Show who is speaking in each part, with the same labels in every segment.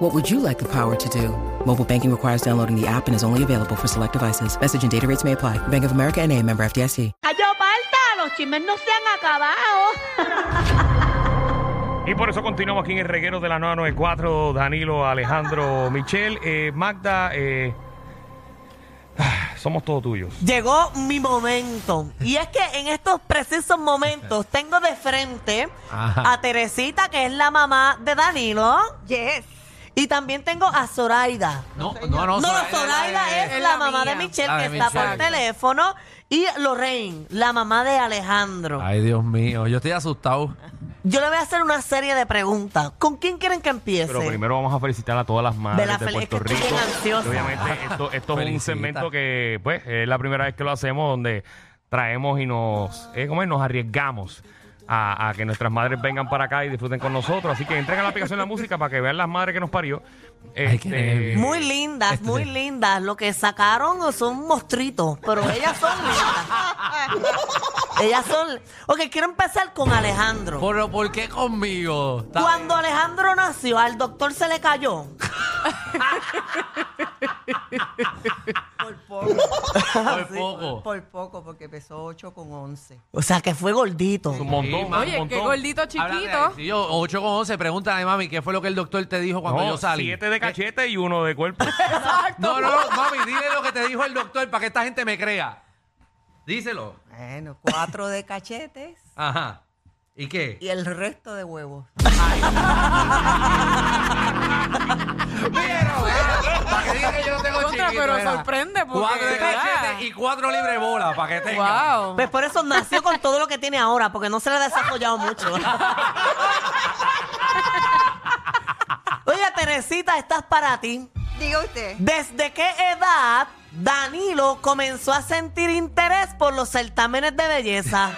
Speaker 1: What would you like the power to do? Mobile banking requires downloading the app and is only available for select devices. Message and data rates may apply. Bank of America and a member FDIC.
Speaker 2: ¡Cayó falta! ¡Los chismes no se han acabado!
Speaker 3: Y por eso continuamos aquí en el reguero de la 994, Danilo, Alejandro, Michelle, eh, Magda, eh, ah, somos todos tuyos.
Speaker 4: Llegó mi momento. Y es que en estos precisos momentos tengo de frente a Teresita, que es la mamá de Danilo.
Speaker 2: ¡Yes!
Speaker 4: Y también tengo a Zoraida.
Speaker 5: No, no, no.
Speaker 4: No, Zoraida, es, la,
Speaker 2: la
Speaker 4: mamá
Speaker 2: mía.
Speaker 4: de Michelle,
Speaker 5: La
Speaker 4: que
Speaker 5: de
Speaker 4: está por
Speaker 5: Michelle.
Speaker 4: teléfono. Y Lorraine, la mamá de Alejandro.
Speaker 5: Ay, Dios mío, yo estoy asustado.
Speaker 4: Yo le voy a hacer una serie de preguntas. ¿Con quién quieren que empiece?
Speaker 3: Pero primero vamos a felicitar a todas las
Speaker 4: De
Speaker 3: madres
Speaker 4: la
Speaker 3: de
Speaker 4: fel- es que
Speaker 3: Puerto
Speaker 4: estoy
Speaker 3: Rico.
Speaker 4: bien ansiosa.
Speaker 3: Y Obviamente, esto, esto es un
Speaker 5: Felicita.
Speaker 3: segmento que, pues, es la primera vez que lo hacemos, donde traemos y nos, eh, ¿cómo es? nos arriesgamos a, a que nuestras madres vengan para acá y disfruten con nosotros. Así que entren a la aplicación de la música para que vean las madres que nos parió. Este,
Speaker 5: Ay, qué nervios.
Speaker 4: Muy lindas,
Speaker 5: Este
Speaker 4: muy lindas. Lo que sacaron son mostritos, pero ellas son lindas. ellas son. Ok, quiero empezar con Alejandro.
Speaker 5: Pero, ¿por qué conmigo? Está
Speaker 4: Cuando Alejandro nació, al doctor se le cayó.
Speaker 6: Por poco.
Speaker 5: por
Speaker 6: Sí,
Speaker 5: poco.
Speaker 6: Por poco, porque pesó 8 con 11.
Speaker 4: O sea, que fue gordito.
Speaker 3: Un montón, un
Speaker 7: Oye, qué
Speaker 3: montón.
Speaker 7: gordito chiquito.
Speaker 5: Si yo, 8 con 11, pregúntale, mami, ¿qué fue lo que el doctor te dijo cuando
Speaker 3: No,
Speaker 5: yo salí?
Speaker 3: siete de cachete y uno de cuerpo.
Speaker 5: No, no, no, mami, dile lo que te dijo el doctor para que esta gente me crea. Díselo.
Speaker 6: Bueno, 4 de cachetes
Speaker 5: Ajá. ¿Y qué?
Speaker 6: y el resto de huevos.
Speaker 5: Para que diga que yo no tengo
Speaker 7: Contra,
Speaker 5: chiquito,
Speaker 7: pero
Speaker 5: era.
Speaker 7: sorprende, porque,
Speaker 5: Cuatro de
Speaker 7: ¿verdad?
Speaker 5: cachete y cuatro libre bola, para que tenga.
Speaker 7: Wow.
Speaker 4: Pues por eso nació con todo lo que tiene ahora, porque no se le ha desarrollado mucho. Oye, Teresita, estás para ti.
Speaker 6: Diga usted.
Speaker 4: ¿Desde qué edad Danilo comenzó a sentir interés por los certámenes de belleza?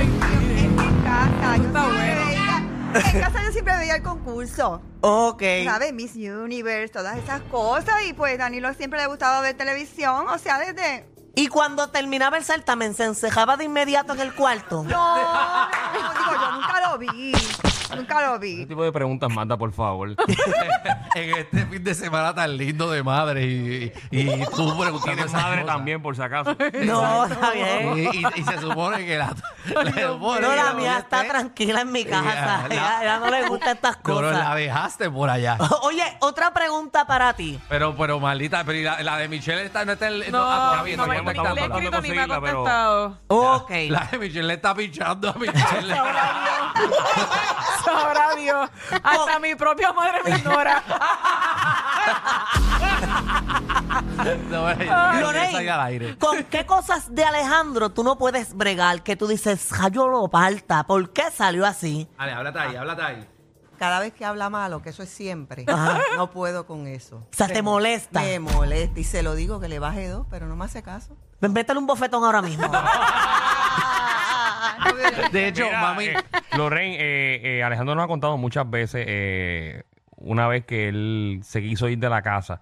Speaker 6: En mi casa, yo
Speaker 7: Está
Speaker 6: siempre
Speaker 7: bueno.
Speaker 6: veía- En casa yo siempre veía el concurso.
Speaker 4: Ok.
Speaker 6: ¿Sabes? Miss Universe, todas esas cosas. Y pues Danilo siempre le gustaba ver televisión. O sea, desde.
Speaker 4: Y cuando terminaba el certamen, se encejaba de inmediato en el cuarto.
Speaker 6: No, no, digo, yo nunca lo vi. Nunca lo
Speaker 3: ¿Qué
Speaker 5: Este
Speaker 6: vi.
Speaker 3: tipo de preguntas manda, por favor?
Speaker 5: en este fin de semana tan lindo de madre y, y, y tú preguntando
Speaker 3: Tienes
Speaker 5: esas
Speaker 3: madre
Speaker 5: cosas.
Speaker 3: también, por si acaso.
Speaker 4: No, está bien.
Speaker 5: Y, y- y se supone que la. la se supone
Speaker 4: No,
Speaker 5: que
Speaker 4: la mía
Speaker 5: dejaste-
Speaker 4: está tranquila en mi casa.
Speaker 5: Ya, la-
Speaker 4: Ella, ella no le gustan estas
Speaker 5: Pero la
Speaker 4: cosas.
Speaker 5: dejaste por allá.
Speaker 4: Oye, otra pregunta para ti.
Speaker 5: Pero, pero maldita, pero y la, la de Michelle está, no está en-
Speaker 7: No,
Speaker 5: ah,
Speaker 7: mi
Speaker 5: bien,
Speaker 7: mamá
Speaker 5: bien,
Speaker 7: ni
Speaker 5: está
Speaker 7: le he
Speaker 5: bien.
Speaker 7: escrito ni me ha
Speaker 3: conseguirla, pero-
Speaker 7: contestado.
Speaker 4: Ok.
Speaker 5: La de Michelle le está pinchando a Michelle.
Speaker 7: Sabrá Dios. Hasta mi propia madre me ignora.
Speaker 5: No, esa ya al
Speaker 4: Lorraine,
Speaker 5: aire.
Speaker 4: ¿con qué cosas de Alejandro tú no puedes bregar? Que tú dices, "Ja, yo lo parta. ¿Por qué salió así?
Speaker 5: Dale, háblate ahí, háblate ahí.
Speaker 6: Cada vez que habla malo, que eso es siempre, no puedo con eso.
Speaker 4: O sea, te
Speaker 6: Me-
Speaker 4: molesta.
Speaker 6: Me molesta. Y se lo digo que le baje dos, pero no me hace caso.
Speaker 4: Ven, métele un bofetón ahora mismo.
Speaker 6: Ah, no, mira.
Speaker 5: De hecho,
Speaker 3: Mira,
Speaker 5: mami.
Speaker 3: eh, Lorraine, eh, eh, Alejandro nos ha contado muchas veces eh, una vez que él se quiso ir de la casa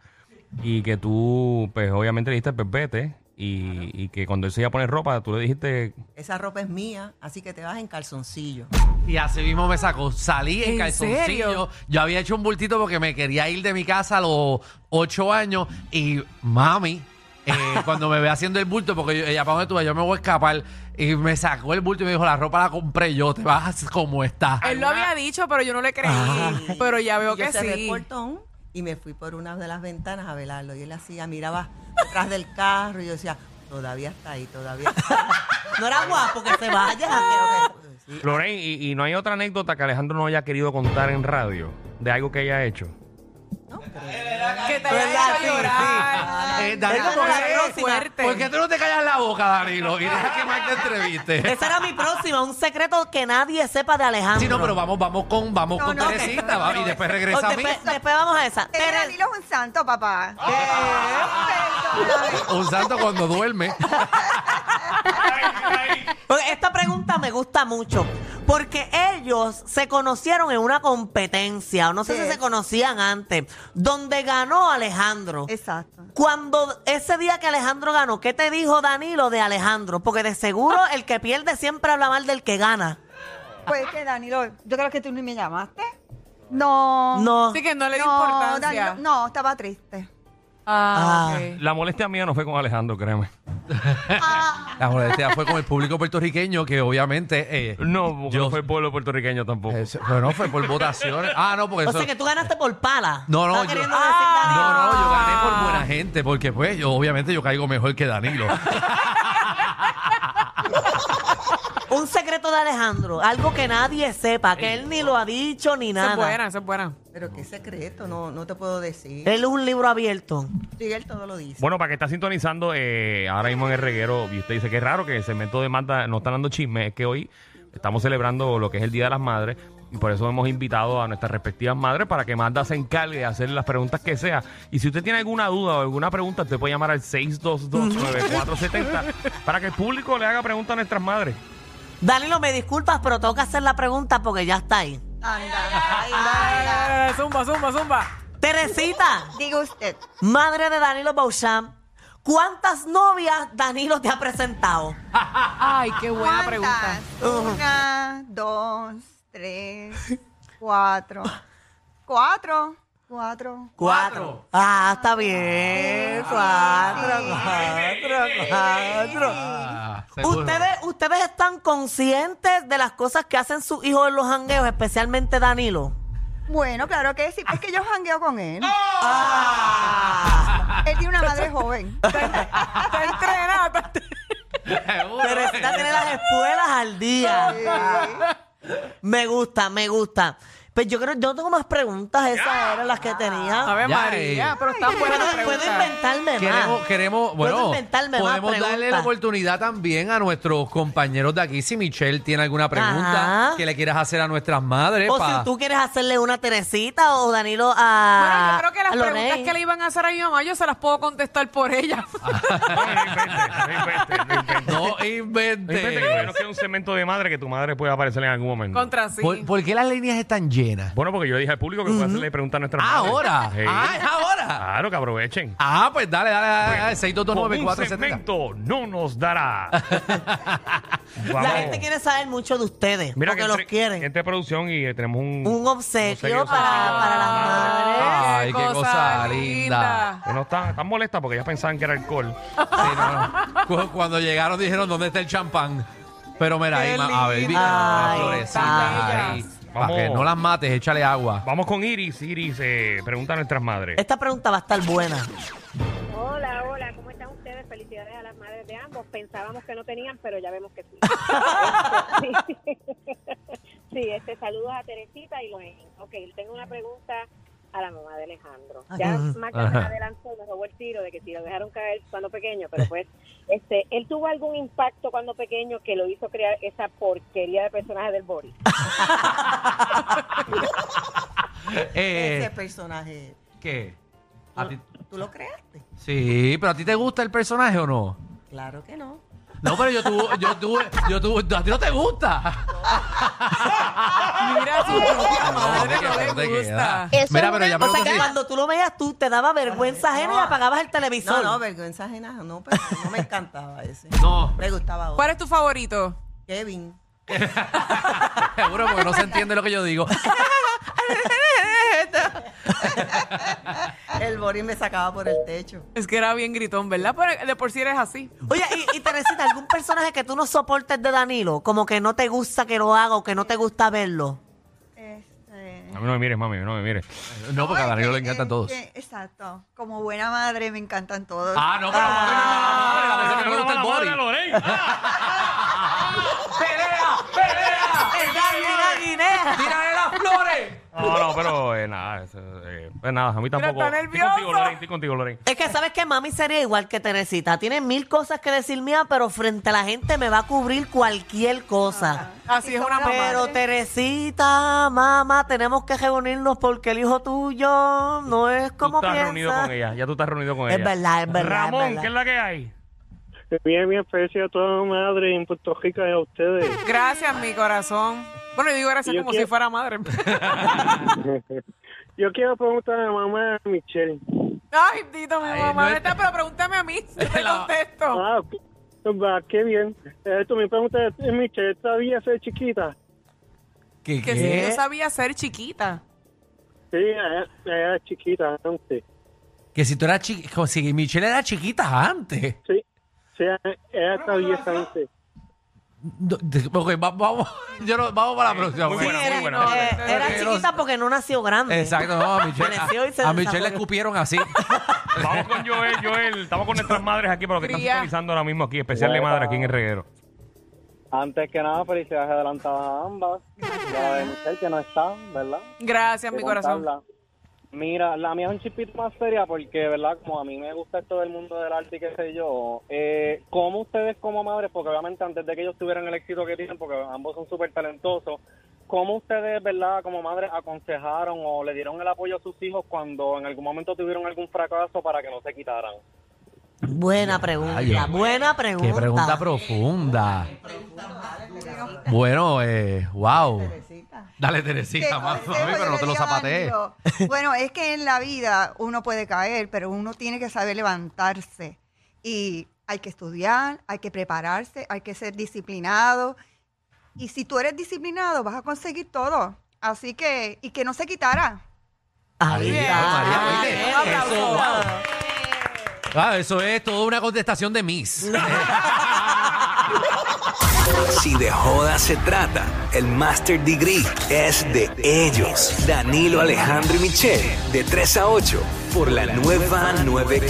Speaker 3: y que tú, pues obviamente le dijiste, pues vete. Y, y que cuando él se iba a poner ropa, tú le dijiste,
Speaker 6: Esa ropa es mía, así que te vas en calzoncillo.
Speaker 5: Y así mismo me sacó. Salí en,
Speaker 7: ¿En
Speaker 5: calzoncillo.
Speaker 7: serio?
Speaker 5: Yo había hecho un bultito porque me quería ir de mi casa a los ocho años. Y mami, eh, cuando me ve haciendo el bulto, porque yo- ella, ¿para dónde tú vas? Yo me voy a escapar. Y me sacó el bulto y me dijo, la ropa la compré yo, te vas como está.
Speaker 7: Él lo había dicho, pero yo no le creí. Pero ya veo
Speaker 6: Y yo
Speaker 7: que
Speaker 6: cerré el
Speaker 7: sí.
Speaker 6: portón y me fui por una de las ventanas a velarlo. Y él hacía, miraba detrás del carro y yo decía, todavía está ahí, todavía está ahí.
Speaker 4: No era guapo que se vaya.
Speaker 6: Pero que- sí.
Speaker 3: Lorraine, y, y no hay otra anécdota que Alejandro no haya querido contar en radio de algo que haya hecho.
Speaker 7: Que te
Speaker 4: ¿Verdad?
Speaker 7: haya
Speaker 4: Sí,
Speaker 7: hecho llorar.
Speaker 5: Eh, Danilo,
Speaker 4: Es como la
Speaker 5: ¿por qué-
Speaker 7: próxima.
Speaker 5: ¿Por qué tú no te callas la boca, Danilo? Y deja que Mike te entreviste.
Speaker 4: Esa era mi próxima, un secreto que nadie sepa de Alejandro.
Speaker 5: Sí, no, pero vamos, vamos con, vamos
Speaker 6: No,
Speaker 5: con
Speaker 6: no,
Speaker 5: Teresita,
Speaker 6: no,
Speaker 5: va,
Speaker 6: no,
Speaker 5: y
Speaker 6: no,
Speaker 5: después
Speaker 4: Oh,
Speaker 5: regresa a mí.
Speaker 4: después, después vamos a esa.
Speaker 6: Ese
Speaker 4: Teres-
Speaker 6: Eh, Danilo es un santo, papá.
Speaker 4: ¿Qué?
Speaker 6: Perdóname.
Speaker 5: Un santo cuando duerme.
Speaker 4: gusta mucho. Porque ellos se conocieron en una competencia, o no sé
Speaker 8: Sí.
Speaker 4: si se conocían antes, donde ganó Alejandro.
Speaker 8: Exacto.
Speaker 4: Cuando ese día que Alejandro ganó, ¿qué te dijo Danilo de Alejandro? Porque de seguro el que pierde siempre habla mal del que gana.
Speaker 8: Pues que Danilo, yo creo que tú ni me llamaste. No.
Speaker 4: No.
Speaker 7: Así que no le di
Speaker 8: No,
Speaker 7: importancia.
Speaker 8: Danilo, no, estaba triste.
Speaker 7: Ah,
Speaker 4: Ah.
Speaker 7: ok.
Speaker 3: La molestia mía no fue con Alejandro, créeme.
Speaker 5: La molestia fue con el público puertorriqueño que obviamente... eh,
Speaker 3: No, porque
Speaker 5: Yo-
Speaker 3: no fue el pueblo puertorriqueño tampoco.
Speaker 5: eh, se- pero no fue por votaciones. Ah, no, porque
Speaker 4: O
Speaker 5: eso...
Speaker 4: sea que tú ganaste por pala.
Speaker 5: No, no,
Speaker 7: Ah,
Speaker 4: Estaba
Speaker 5: yo- Ah,
Speaker 4: queriendo decir, Danilo.
Speaker 5: No, no, yo gané por buena gente, porque pues yo obviamente yo caigo mejor que Danilo.
Speaker 4: Un secreto de Alejandro, algo que nadie sepa, que él ni lo ha dicho ni
Speaker 7: Esa es buena,
Speaker 4: nada.
Speaker 7: esa es buena.
Speaker 6: Pero qué secreto, no, no te puedo decir.
Speaker 4: Él es un libro abierto.
Speaker 6: Sí, él todo lo dice.
Speaker 3: Bueno, para que está sintonizando eh, ahora mismo en el reguero, y usted dice que es raro que el segmento de Manda no está dando chisme, es que hoy estamos celebrando lo que es el Día de las Madres. Y por eso hemos invitado a nuestras respectivas madres para que Manda se encargue de hacer las preguntas que sea. Y si usted tiene alguna duda o alguna pregunta, usted puede llamar al 622-9470 para que el público le haga preguntas a nuestras madres.
Speaker 4: Danilo, me disculpas, pero tengo que hacer la pregunta porque ya está ahí.
Speaker 8: Anda, ay,
Speaker 7: Dale,
Speaker 8: anda.
Speaker 7: dale, dale, zumba, zumba, zumba.
Speaker 4: Teresita,
Speaker 8: Diga usted,
Speaker 4: madre de Danilo Beauchamp, ¿cuántas novias Danilo te ha presentado?
Speaker 7: Ay, qué buena pregunta.
Speaker 8: ¿cuántas? Una, dos, tres, cuatro. Cuatro. Cuatro.
Speaker 4: Cuatro. Ah, está bien. Cuatro,
Speaker 8: sí.
Speaker 4: cuatro, cuatro.
Speaker 5: Ah, seguro.
Speaker 4: ¿Ustedes, ¿Ustedes están conscientes de las cosas que hacen sus hijos en los jangueos, especialmente Danilo?
Speaker 8: Bueno, claro que sí. Es que yo jangueo con él.
Speaker 4: Ah.
Speaker 8: Él tiene una madre joven.
Speaker 7: Está entrenada. está entrenada.
Speaker 5: Seguro.
Speaker 4: Teresita tiene las espuelas al día. Me gusta, me gusta. Pues yo creo, yo no tengo más preguntas, esas eran las que
Speaker 7: A
Speaker 4: tenía.
Speaker 7: ver, Pues, María,
Speaker 5: Ya, eh.
Speaker 7: pero está buena la
Speaker 4: Puedo, puedo
Speaker 7: pregunta.
Speaker 4: inventarme
Speaker 5: Queremos,
Speaker 4: más.
Speaker 5: queremos,
Speaker 4: Puedo
Speaker 5: bueno,
Speaker 4: inventarme más
Speaker 5: podemos darle
Speaker 4: preguntas.
Speaker 5: la oportunidad también a nuestros compañeros de aquí. Si Michelle tiene alguna pregunta
Speaker 4: Ajá.
Speaker 5: que le quieras hacer a nuestras madres,
Speaker 4: O
Speaker 5: pa-
Speaker 4: si tú quieres hacerle una a Teresita o Danilo a.
Speaker 2: Ah,
Speaker 7: Bueno, yo creo que las
Speaker 4: a Lorraine.
Speaker 7: preguntas que le iban a hacer a mi mamá, yo se las puedo contestar por ella.
Speaker 5: Ah.
Speaker 3: No inventes, no inventes, no inventes. No
Speaker 5: no
Speaker 3: inventes, que
Speaker 5: inventes.
Speaker 3: menos que un segmento de madre que tu madre puede aparecer en algún momento.
Speaker 7: Contra sí.
Speaker 5: ¿Por, por qué las líneas están llenas?
Speaker 3: Bueno, porque yo le dije al público que puede hacerle preguntas a nuestras madres.
Speaker 5: Ahora.
Speaker 3: Sí.
Speaker 5: Ah, es ahora.
Speaker 3: Claro, que aprovechen.
Speaker 5: Ah, pues dale, dale, dale, dale,
Speaker 3: un
Speaker 5: 6229470.
Speaker 3: segmento no nos dará.
Speaker 4: La
Speaker 3: Vamos.
Speaker 4: gente quiere saber mucho de ustedes,
Speaker 3: Mira
Speaker 4: porque
Speaker 3: que
Speaker 4: los
Speaker 3: entre,
Speaker 4: quieren.
Speaker 3: entre producción y eh, tenemos un,
Speaker 4: un obsequio
Speaker 3: obsequio Ah.
Speaker 4: para,
Speaker 3: sencillo.
Speaker 4: para las madres.
Speaker 5: Ay, qué cosa linda.
Speaker 3: que no está, están molestas porque ellas pensaban que era alcohol.
Speaker 5: Sí, no, no. Cu- Cuando llegaron dijeron, ¿dónde está el champán? Pero mira,
Speaker 7: Qué
Speaker 5: ahí, ma- a ver,
Speaker 7: linda.
Speaker 5: mira,
Speaker 4: Ay,
Speaker 5: una florecita
Speaker 7: tan
Speaker 5: ahí.
Speaker 7: bellas.
Speaker 3: Vamos.
Speaker 5: Para que no las mates, échale agua.
Speaker 3: Vamos con Iris. Iris eh, pregunta a nuestras madres.
Speaker 4: Esta pregunta va a estar buena.
Speaker 9: Hola, hola, ¿cómo están ustedes? Felicidades a las madres de ambos. Pensábamos que no tenían, pero ya vemos que sí. Este, sí. Sí, este, saludos a Teresita y Lorena. Ok, tengo una pregunta a la mamá de Alejandro. Ya más
Speaker 5: Ajá.
Speaker 9: adelantó, me robó el tiro de que si lo dejaron caer cuando pequeño, pero pues, este, ¿él tuvo algún impacto cuando pequeño que lo hizo crear esa porquería de personaje del Boris?
Speaker 6: Ese
Speaker 5: Eh,
Speaker 6: personaje,
Speaker 5: ¿Qué? ¿A ti-
Speaker 6: ¿tú lo creaste?
Speaker 5: Sí, pero ¿a ti te gusta el personaje o no?
Speaker 6: Claro que no.
Speaker 5: No, pero yo tuve, yo tuve, yo tuve, a ti no te gusta.
Speaker 7: Mira su propia madre,
Speaker 5: Hombre, que
Speaker 7: no
Speaker 5: no
Speaker 7: le
Speaker 5: te
Speaker 7: gusta.
Speaker 3: Ah.
Speaker 5: queda. Mira, pero ya
Speaker 4: O sea
Speaker 5: pregunto
Speaker 4: que
Speaker 5: si-
Speaker 4: cuando tú lo veías, tú te daba vergüenza ajena y apagabas el televisor.
Speaker 6: No, no, vergüenza ajena, no, pero no me encantaba ese.
Speaker 5: No,
Speaker 6: Me gustaba
Speaker 7: ¿Cuál
Speaker 6: otro.
Speaker 7: es tu favorito?
Speaker 6: Kevin.
Speaker 5: seguro porque no se entiende lo que yo digo.
Speaker 6: El Boris me sacaba por el techo.
Speaker 7: Es que era bien gritón, ¿verdad? Pero de por sí eres así.
Speaker 4: Oye, y, y Teresita, ¿algún personaje que tú no soportes de Danilo? Como que no te gusta que lo haga o que no te gusta verlo.
Speaker 8: Este,
Speaker 3: A mí no me mires, mami, no me mires.
Speaker 5: No, porque a
Speaker 8: es
Speaker 5: Danilo
Speaker 8: que-
Speaker 5: le encantan
Speaker 8: es
Speaker 5: todos.
Speaker 8: que- exacto. Como buena madre, me encantan todos.
Speaker 5: Ah, no, pero mami, no, mami, la persona que no le gusta el body. ¡Tírale las flores!
Speaker 3: No, no, pero eh, nada, eso, eh, pues nada, a mí tampoco.
Speaker 7: está
Speaker 3: Estoy
Speaker 7: nervioso.
Speaker 3: contigo, Lorraine, estoy contigo, Lorraine.
Speaker 4: Es que sabes que mami sería igual que Teresita. Tiene mil cosas que decir mía, pero frente a la gente me va a cubrir cualquier cosa.
Speaker 7: Así es
Speaker 8: Ah,
Speaker 7: una mamá.
Speaker 4: Pero Teresita, mamá, tenemos que reunirnos porque el hijo tuyo no es como
Speaker 3: tú estás
Speaker 4: piensa.
Speaker 3: reunido con ella, ya tú estás reunido con
Speaker 4: Es
Speaker 3: ella.
Speaker 4: verdad, es verdad, es
Speaker 3: Ramón,
Speaker 4: verdad.
Speaker 3: ¿qué es la que hay?
Speaker 9: Se viene mi aprecio a toda madre en Puerto Rico y a ustedes.
Speaker 7: Gracias, mi corazón. Bueno, yo digo gracias
Speaker 9: Yo
Speaker 7: como
Speaker 9: quiero-
Speaker 7: si fuera madre.
Speaker 9: Yo quiero preguntar a mamá Michelle.
Speaker 7: Ay, Tito, mi
Speaker 5: Ay,
Speaker 7: mamá
Speaker 5: no
Speaker 7: me
Speaker 5: está-
Speaker 7: está, pero pregúntame a mí, yo te
Speaker 5: La-
Speaker 7: contesto.
Speaker 9: Ah, ok. va, qué bien. Eh, tú me preguntas, eh, Michelle, ¿sabía ser chiquita?
Speaker 5: ¿Qué,
Speaker 7: Que si yo sabía ser chiquita.
Speaker 9: Sí, eh, era chiquita antes.
Speaker 5: Que si tú eras chiquita, si Michelle era chiquita antes.
Speaker 9: Sí, sí eh, era traviesa antes.
Speaker 5: No, de- ok, va- vamos, yo no- vamos para la próxima.
Speaker 3: muy
Speaker 5: porque-
Speaker 3: buena, muy buena.
Speaker 7: no,
Speaker 4: Eh,
Speaker 7: no,
Speaker 4: era
Speaker 5: no, no.
Speaker 4: chiquita porque no nació grande.
Speaker 5: Exacto, no, a Michelle,
Speaker 4: Creció y se
Speaker 5: a, a Michelle le
Speaker 4: desarrolló.
Speaker 5: escupieron así.
Speaker 3: Vamos con Joel, Joel. Estamos con nuestras madres aquí, pero que están
Speaker 7: Cría.
Speaker 3: sintonizando ahora mismo aquí, especial de madre aquí en el reguero.
Speaker 9: Antes que nada, felicidades adelantadas a ambas. La de Michelle que no está, ¿verdad?
Speaker 7: Gracias, mi
Speaker 9: de
Speaker 7: corazón.
Speaker 9: contarla. Mira, la mía es un chipito más seria porque, ¿verdad? Como a mí me gusta esto del mundo del arte y qué sé yo, eh, ¿cómo ustedes como madres, porque obviamente antes de que ellos tuvieran el éxito que tienen, porque ambos son súper talentosos, ¿cómo ustedes, ¿verdad? Como madres aconsejaron o le dieron el apoyo a sus hijos cuando en algún momento tuvieron algún fracaso para que no se quitaran?
Speaker 4: Buena pregunta,
Speaker 5: Ay, eh.
Speaker 4: buena pregunta.
Speaker 5: Qué pregunta profunda. Bueno, eh, wow. Dale, Teresita,
Speaker 8: ¿Qué
Speaker 5: mano,
Speaker 8: consejo
Speaker 5: mami, pero no te lo
Speaker 8: debería
Speaker 5: zapatees.
Speaker 8: dar yo? Bueno, es que en la vida uno puede caer, pero uno tiene que saber levantarse. Y hay que estudiar, hay que prepararse, hay que ser disciplinado. Y si tú eres disciplinado, vas a conseguir todo. Así que, y que no se quitara.
Speaker 4: Ahí
Speaker 5: Ahí
Speaker 4: está.
Speaker 5: está, María, oye,
Speaker 4: Un aplauso.
Speaker 5: eso, wow. Ah, eso es toda una contestación de Miss.
Speaker 10: Si de joda se trata, el Master Degree es de ellos. Danilo Alejandro y Michelle, de 3 a 8, por la nueva 94.